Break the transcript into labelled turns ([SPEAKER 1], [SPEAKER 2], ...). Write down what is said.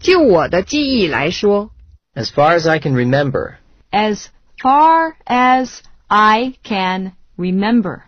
[SPEAKER 1] 就我的记忆来说
[SPEAKER 2] As far as I can remember,
[SPEAKER 3] as far as I can remember.